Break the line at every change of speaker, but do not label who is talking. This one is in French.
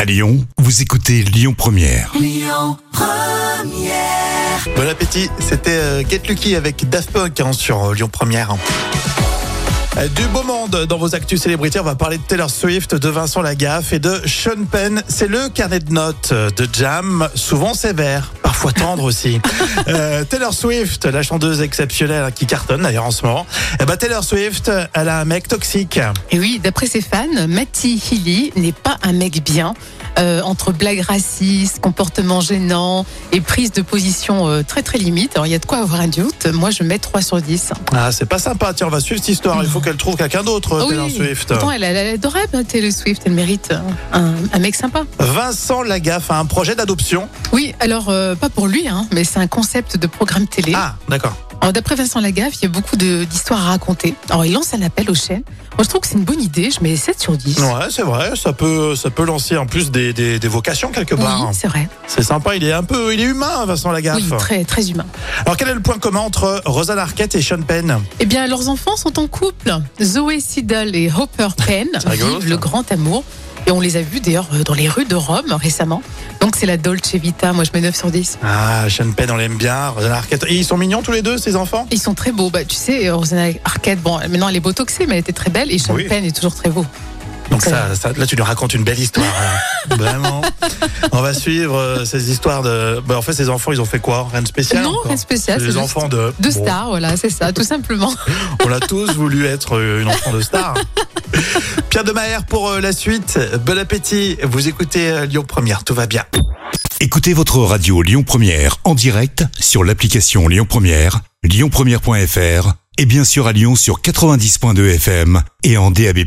À Lyon, vous écoutez Lyon Première.
Bon appétit, c'était euh, Get Lucky avec Daft Punk hein, sur euh, Lyon Première. Euh, Du beau monde dans vos actus célébrités, on va parler de Taylor Swift, de Vincent Lagaffe et de Sean Penn. C'est le carnet de notes euh, de Jam, souvent sévère, parfois tendre aussi. Euh, Taylor Swift, la chanteuse exceptionnelle hein, qui cartonne d'ailleurs en ce moment. Eh ben, Taylor Swift, elle a un mec toxique.
Et oui, d'après ses fans, Matty Healy n'est pas un mec bien. Euh, entre blagues racistes, comportements gênants et prise de position euh, très très limite. Alors il y a de quoi avoir un doute. Moi je mets 3 sur 10.
Ah, c'est pas sympa, tiens, on va suivre cette histoire. Il faut qu'elle trouve quelqu'un d'autre,
Ah
Taylor
oui,
Swift.
pourtant elle, elle est adorable, hein, Taylor Swift. Elle mérite euh, un, un mec sympa.
Vincent Lagaffe a un projet d'adoption.
Oui, alors euh, pas pour lui, hein, mais c'est un concept de programme télé.
Ah, d'accord.
Alors, D'après Vincent Lagaffe, il y a beaucoup de- d'histoires à raconter. Alors il lance un appel aux chaînes. Moi je trouve que c'est une bonne idée. Je mets 7 sur 10.
Ouais, c'est vrai, ça peut, ça peut lancer en plus des, des, des vocations quelque
Oui,
part.
c'est vrai.
c'est sympa, il est un peu, il est humain, Vincent Lagaffe.
Oui, très, très humain.
Alors quel est le point commun entre Rosanne Arquette et Sean Penn
Eh bien, leurs enfants sont en couple. Zoé Siddle et Hopper Penn
rigolo,
vivent
ça.
le grand amour. Et on les a vus d'ailleurs euh, dans les rues de Rome récemment. Donc c'est la Dolce Vita, moi je mets 9 sur 10.
Ah, Sean Penn, on l'aime bien, Rosanne Arquette. Et ils sont mignons tous les deux, ces enfants
Ils sont très beaux. Bah, tu sais, euh, Rosanna Arquette, bon, maintenant elle est botoxée, mais elle était très belle. Et Sean
Oui.
Penn est toujours très beau.
Donc
C'est
ça, ça- là, tu nous racontes une belle histoire. là. Vraiment. On va suivre euh, ces histoires de... bah, en fait, ces enfants, ils ont fait quoi Rien de spécial
non,
encore
rien de spécial.
C'est
c'est
des
juste
enfants de...
De
Bon,
stars, voilà, c'est ça, tout simplement.
On l'a tous voulu être euh, une enfant de star. Pierre de Maher pour euh, la suite. Bon appétit. Vous écoutez euh, Lyon Première. Tout va bien.
Écoutez votre radio Lyon Première en direct sur l'application Lyon Première, lyonpremière.fr et bien sûr à Lyon sur 90.2 FM et en DAB+.